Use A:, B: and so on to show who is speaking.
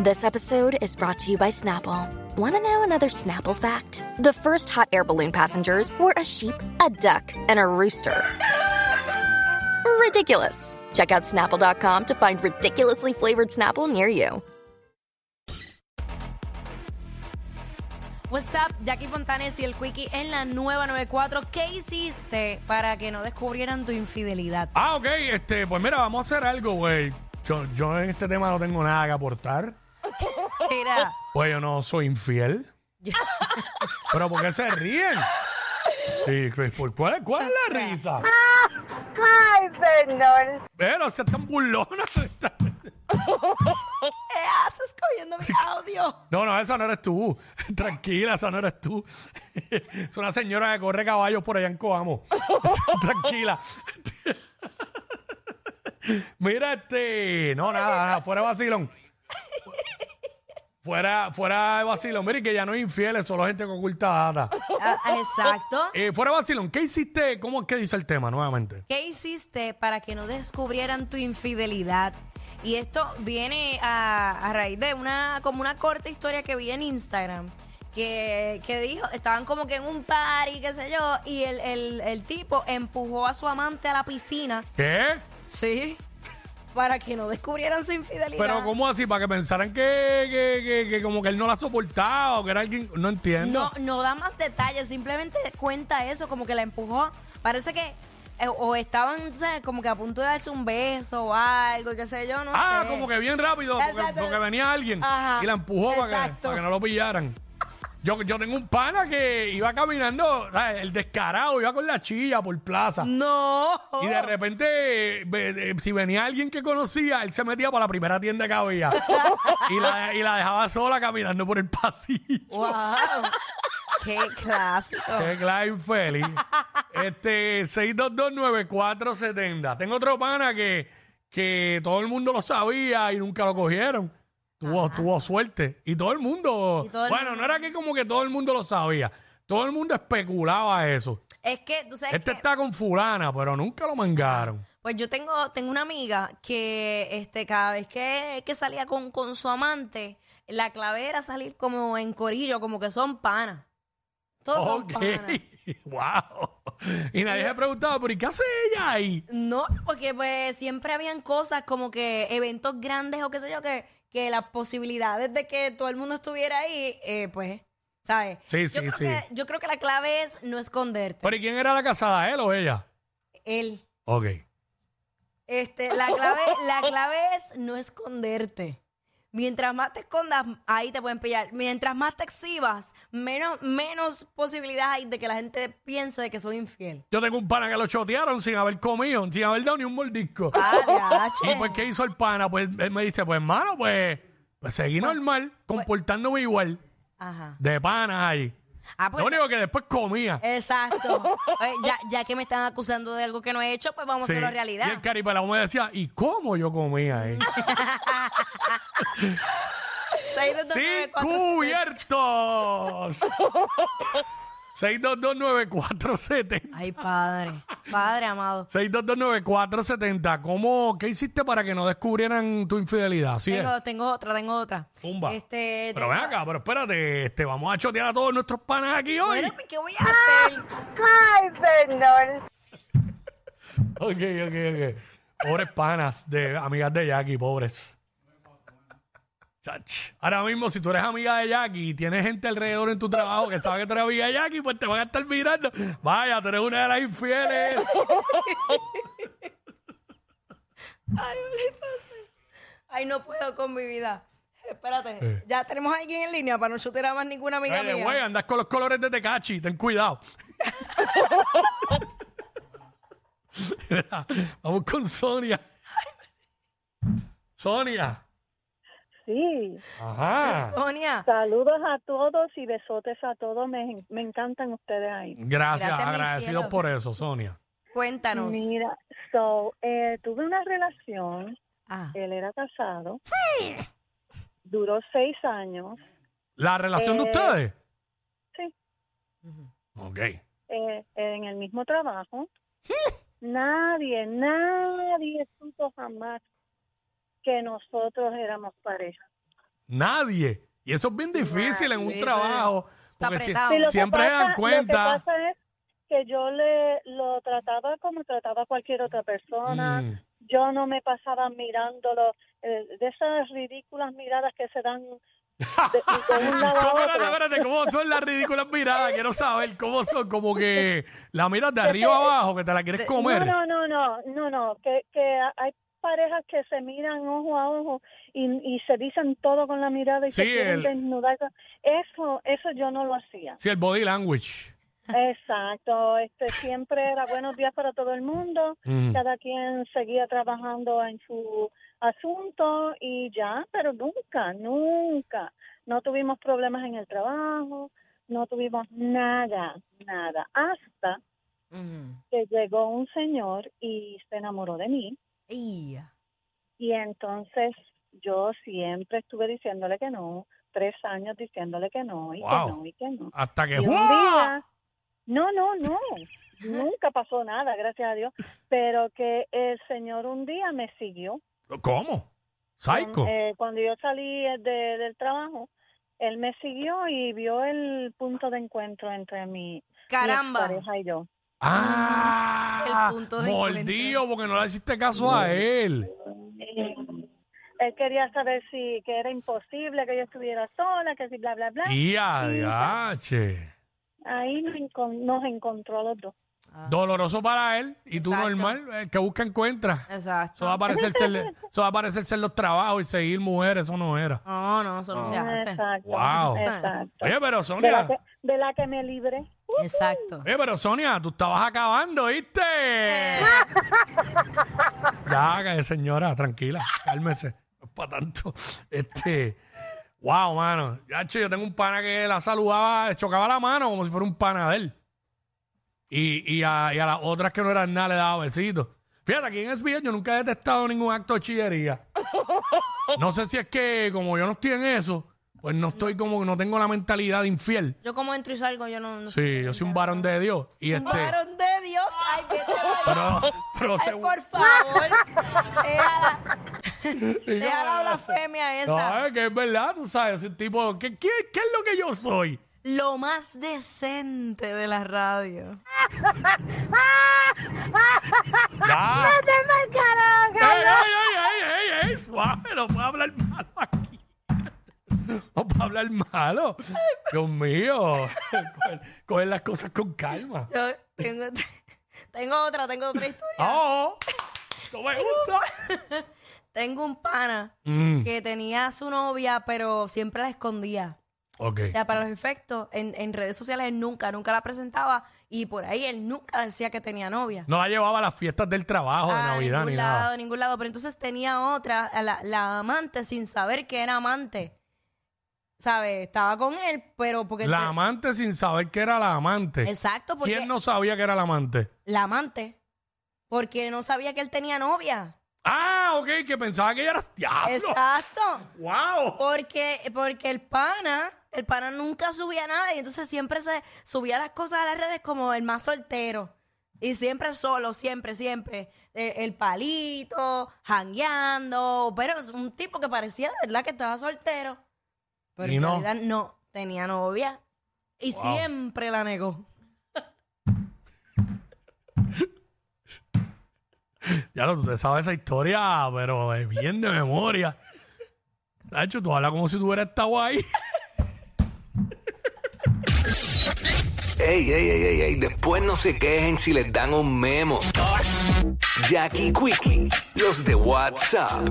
A: This episode is brought to you by Snapple. Want to know another Snapple fact? The first hot air balloon passengers were a sheep, a duck, and a rooster. Ridiculous. Check out snapple.com to find ridiculously flavored Snapple near you.
B: What's up, Jackie Fontanes y el Quickie en la nueva 94. ¿Qué hiciste para que no descubrieran tu infidelidad?
C: Ah, ok, este, pues mira, vamos a hacer algo, güey. Yo, yo en este tema no tengo nada que aportar.
B: Mira,
C: Pues yo no soy infiel. Pero ¿por qué se ríen? Sí, Chris, ¿por ¿cuál, es- cuál es la risa?
D: Ah, Ay, señor.
C: Pero se están burlonas.
B: ¿qué haces cogiendo mi audio?
C: No, no, esa no eres tú. Tranquila, esa no eres tú. Es una señora que corre caballos por allá en Coamo. Tranquila. Mira, este. No, nada, nada, fuera de vacilón. Fuera, fuera de vacilón. Mire que ya no es infieles, solo gente con oculta data.
B: Ah, ah, exacto.
C: Eh, fuera de vacilón, ¿qué hiciste? ¿Cómo es que dice el tema nuevamente?
B: ¿Qué hiciste para que no descubrieran tu infidelidad? Y esto viene a, a raíz de una, como una corta historia que vi en Instagram. Que, que dijo, estaban como que en un party, qué sé yo, y el, el, el tipo empujó a su amante a la piscina.
C: ¿Qué?
B: Sí. Para que no descubrieran su infidelidad.
C: Pero ¿cómo así? Para que pensaran que, que, que- que como que él no la soportaba o que era alguien... No entiendo.
B: No, no da más detalles, simplemente cuenta eso, como que la empujó. Parece que eh, o estaban ¿sabes? como que a punto de darse un beso o algo, y qué sé yo, no
C: Ah,
B: sé.
C: como que bien rápido, porque,
B: Exacto.
C: porque venía alguien
B: Ajá.
C: y la empujó para que,
B: Exacto.
C: para que no lo pillaran. Yo, yo tengo un pana que iba caminando, ¿sabes? el descarado, iba con la chilla por plaza.
B: No.
C: Y de repente, eh, ve- eh, si venía alguien que conocía, él se metía para la primera tienda que había. y, la, y la dejaba sola caminando por el pasillo.
B: Wow. Qué clásico.
C: Qué claro, infeliz. Este, 6229470. Tengo otro pana que, que todo el mundo lo sabía y nunca lo cogieron. Tuvo, tuvo suerte. Y todo el mundo.
B: Y todo el
C: bueno,
B: mundo.
C: no era que como que todo el mundo lo sabía. Todo el mundo especulaba eso.
B: Es que tú sabes
C: Este
B: que
C: está con fulana, pero nunca lo mangaron.
B: Pues yo tengo, tengo una amiga que este, cada vez que, que salía con, con su amante, la clave era salir como en corillo, como que son panas. Todos son panas.
C: wow. Y nadie se preguntaba, ¿pero y qué hace ella ahí?
B: No, porque pues siempre habían cosas como que eventos grandes o qué sé yo, que, que las posibilidades de que todo el mundo estuviera ahí, eh, pues, ¿sabes?
C: Sí,
B: yo
C: sí,
B: creo
C: sí.
B: Que, yo creo que la clave es no esconderte.
C: ¿Pero y quién era la casada, él o ella?
B: Él.
C: Ok.
B: Este, la clave, la clave es no esconderte. Mientras más te escondas, ahí te pueden pillar. Mientras más te exhibas, menos, menos posibilidad hay de que la gente piense de que soy infiel.
C: Yo tengo un pana que lo chotearon sin haber comido, sin haber dado ni un mordisco.
B: Ah, diache.
C: ¿Y pues qué hizo el pana? Pues él me dice, pues hermano, pues, pues seguí normal,
B: pues
C: comportándome igual,
B: Ajá.
C: de panas ahí.
B: Ah, pues, eh,
C: Lo único que después comía.
B: Exacto. Oye, ya, ya que me están acusando de algo que no he hecho, pues vamos
C: Sí.
B: a hacerlo
C: Y el
B: realidad.
C: caripelao me decía, ¿y cómo yo comía ahí?
B: Seis, dos, dos, nueve,
C: ¡Sí,
B: cuatro, siete.
C: cubiertos! 6229470.
B: Ay, padre. Padre amado.
C: 6229470. ¿Cómo, qué hiciste para que no descubrieran tu infidelidad? Así es.
B: Tengo, tengo otra, tengo otra.
C: Zumba.
B: Este,
C: Pero
B: tengo-
C: ven acá, pero espérate, este, vamos a chotear a todos nuestros panas aquí hoy.
B: Bueno, pues, ¿qué voy a hacer?
D: Ay, señor.
C: Ok, ok, ok. Pobres panas de amigas de Jackie, pobres. Chach. Ahora mismo, si tú eres amiga de Jackie y tienes gente alrededor en tu trabajo que sabe que tú eres amiga de Jackie, pues te van a estar mirando. Vaya, tú eres una de las infieles.
B: Ay, no puedo con mi vida. Espérate,
C: Eh.
B: ya tenemos a alguien en línea para no chutear a más ninguna amiga
C: Oye,
B: mía.
C: güey, andas con los colores de Tecachi, ten cuidado. Mira, Vamos con Sonia. Sonia.
E: Sí,
C: Ajá.
B: Sonia,
E: saludos a todos y besotes a todos. Me, me encantan ustedes ahí.
C: Gracias,
B: Gracias, mi
C: agradecidos
B: cielo.
C: por eso, Sonia.
B: cuéntanos.
E: Mira, so, eh, tuve una relación,
B: Ah,
E: él era casado, duró seis años.
C: ¿La relación de
E: Eh,
C: ustedes?
E: sí.
C: Ok.
E: eh, en el mismo trabajo. nadie, nadie supo jamás que nosotros éramos pareja.
C: Nadie. Y eso es bien difícil en un
B: sí,
C: trabajo.
B: Está
C: porque si-
B: apretado.
E: Sí, lo que
C: Ah, siempre
E: pasa-
C: dan cuenta.
E: Lo que pasa es que yo le lo trataba como trataba a cualquier otra persona.
C: Mm.
E: Yo no me pasaba mirándolo. eh, de esas ridículas miradas que se dan de, de un lado a
C: ¿Cómo,
E: otro.
C: espérate, espérate, ¿cómo son las ridículas miradas? Quiero saber cómo son, como que la miras de arriba abajo, que te la quieres comer.
E: No, no, no, no, no, no, que, que hay parejas que se miran ojo a ojo y, y se dicen todo con la mirada y se
C: Sí,
E: quieren
C: el-
E: desnudar. Eso, eso yo no lo hacía.
C: Sí, el body language.
E: Exacto, este siempre era buenos días para todo el mundo,
C: Mm.
E: cada quien seguía trabajando en su asunto y ya, pero nunca, nunca, no tuvimos problemas en el trabajo, no tuvimos nada, nada, hasta
B: Ujú.
E: que llegó un señor y se enamoró de mí
B: Y-
E: y entonces yo siempre estuve diciéndole que no, tres años diciéndole que no y
C: Wow.
E: que no y que no.
C: Hasta que.
E: Y un
C: ¡Wow!
E: día- no, no, no. Nunca pasó nada, gracias a Dios. Pero que el Señor un día me siguió.
C: ¿Cómo? Psycho.
E: Eh, cuando yo salí eh, de- del trabajo, él me siguió y vio el punto de encuentro entre mi, mi
B: Caramba.
E: pareja y yo.
C: ah,
B: El punto de
C: mordido porque no le hiciste caso a él.
E: Eh, él quería saber si que era imposible que yo estuviera sola, que si bla, bla, bla.
C: Y adiache.
E: Ahí nos encon- nos encontró los dos.
C: Doloroso para él y tú
B: Exacto.
C: normal. El que busca encuentra. Eso va, a
B: Exacto.
C: parecer ser, eso va a parecer ser los trabajos y seguir mujeres. Eso no era.
B: No, no, eso no se hace.
E: Ah, Exacto.
C: Wow.
E: Exacto.
C: Oye, pero
E: De la,
C: Sonia.
E: que, de la que me libré.
B: Exacto.
C: Oye, pero Sonia, tú estabas acabando, ¿viste? ya, que- señora, tranquila, cálmese. No es para tanto. Este. Wow, mano. Ya, che, yo tengo un pana que la saludaba, le chocaba la mano como si fuera un pana de él. Y, y, a, y a las otras que no eran nada le daba besitos. Fíjate, aquí en SBS yo nunca he detectado ningún acto de chillería. No sé si es que, como yo no estoy en eso, pues no estoy como, no tengo la mentalidad de infiel.
B: Yo como entro y salgo, yo no... no
C: Sí, yo soy un varón de Dios. Y este.
B: Varón de Dios, ay, que te vaya.
C: Pero, pero
B: Ay,
C: se-
B: por favor. Déjala,
C: digo,
B: déjala la blasfemia esa.
C: No, es que es verdad, tú sabes, soy un tipo. ¿qué, qué, qué es lo que yo soy?
B: Lo más decente de la radio.
C: Ya.
D: my God,
C: ¡Ey, ey, ey, ey, ey, ey! Suave, no puedo hablar malo aquí. No puedo hablar malo. Dios mío. Coger- Coger las cosas con calma.
B: Yo tengo, tengo otra, tengo otra historia.
C: ¡Oh! ¡No me gusta!
B: Tengo un pana
C: Mm,
B: que tenía a su novia, pero siempre la escondía.
C: ok.
B: O sea, para los efectos, en, en redes sociales él nunca, nunca la presentaba y por ahí él nunca decía que tenía novia.
C: No la llevaba a las fiestas del trabajo, Oh, de
B: Ah,
C: Navidad,
B: ningún
C: ni
B: lado,
C: nada.
B: ningún lado. Pero entonces tenía otra, a la, la amante, sin saber que era amante. ¿Sabes? Estaba con él, pero porque... te-
C: La amante sin saber que era la amante.
B: Exacto, porque...
C: ¿Quién no sabía que era la amante?
B: La amante. Porque no sabía que él tenía novia.
C: Ah, ok, que pensaba que ella era diablo.
B: Exacto.
C: ¡Wow!
B: Porque, porque el pana, el pana nunca subía nada y entonces siempre se subía las cosas a las redes como el más soltero. Y siempre solo, siempre, siempre. Eh, El, palito, jangueando. Pero es un tipo que parecía de verdad que estaba soltero. Pero
C: Y
B: en
C: no.
B: realidad no, tenía novia. Y
C: Wow.
B: siempre la negó.
C: Ya lo, tú te sabes esa historia, pero de bien de memoria. De hecho, tú hablas como si tú hubieras estado ahí.
F: Ey, ey, ey, ey, ey, después no se quejen si les dan un memo. Jackie Quickie, los de WhatsApp.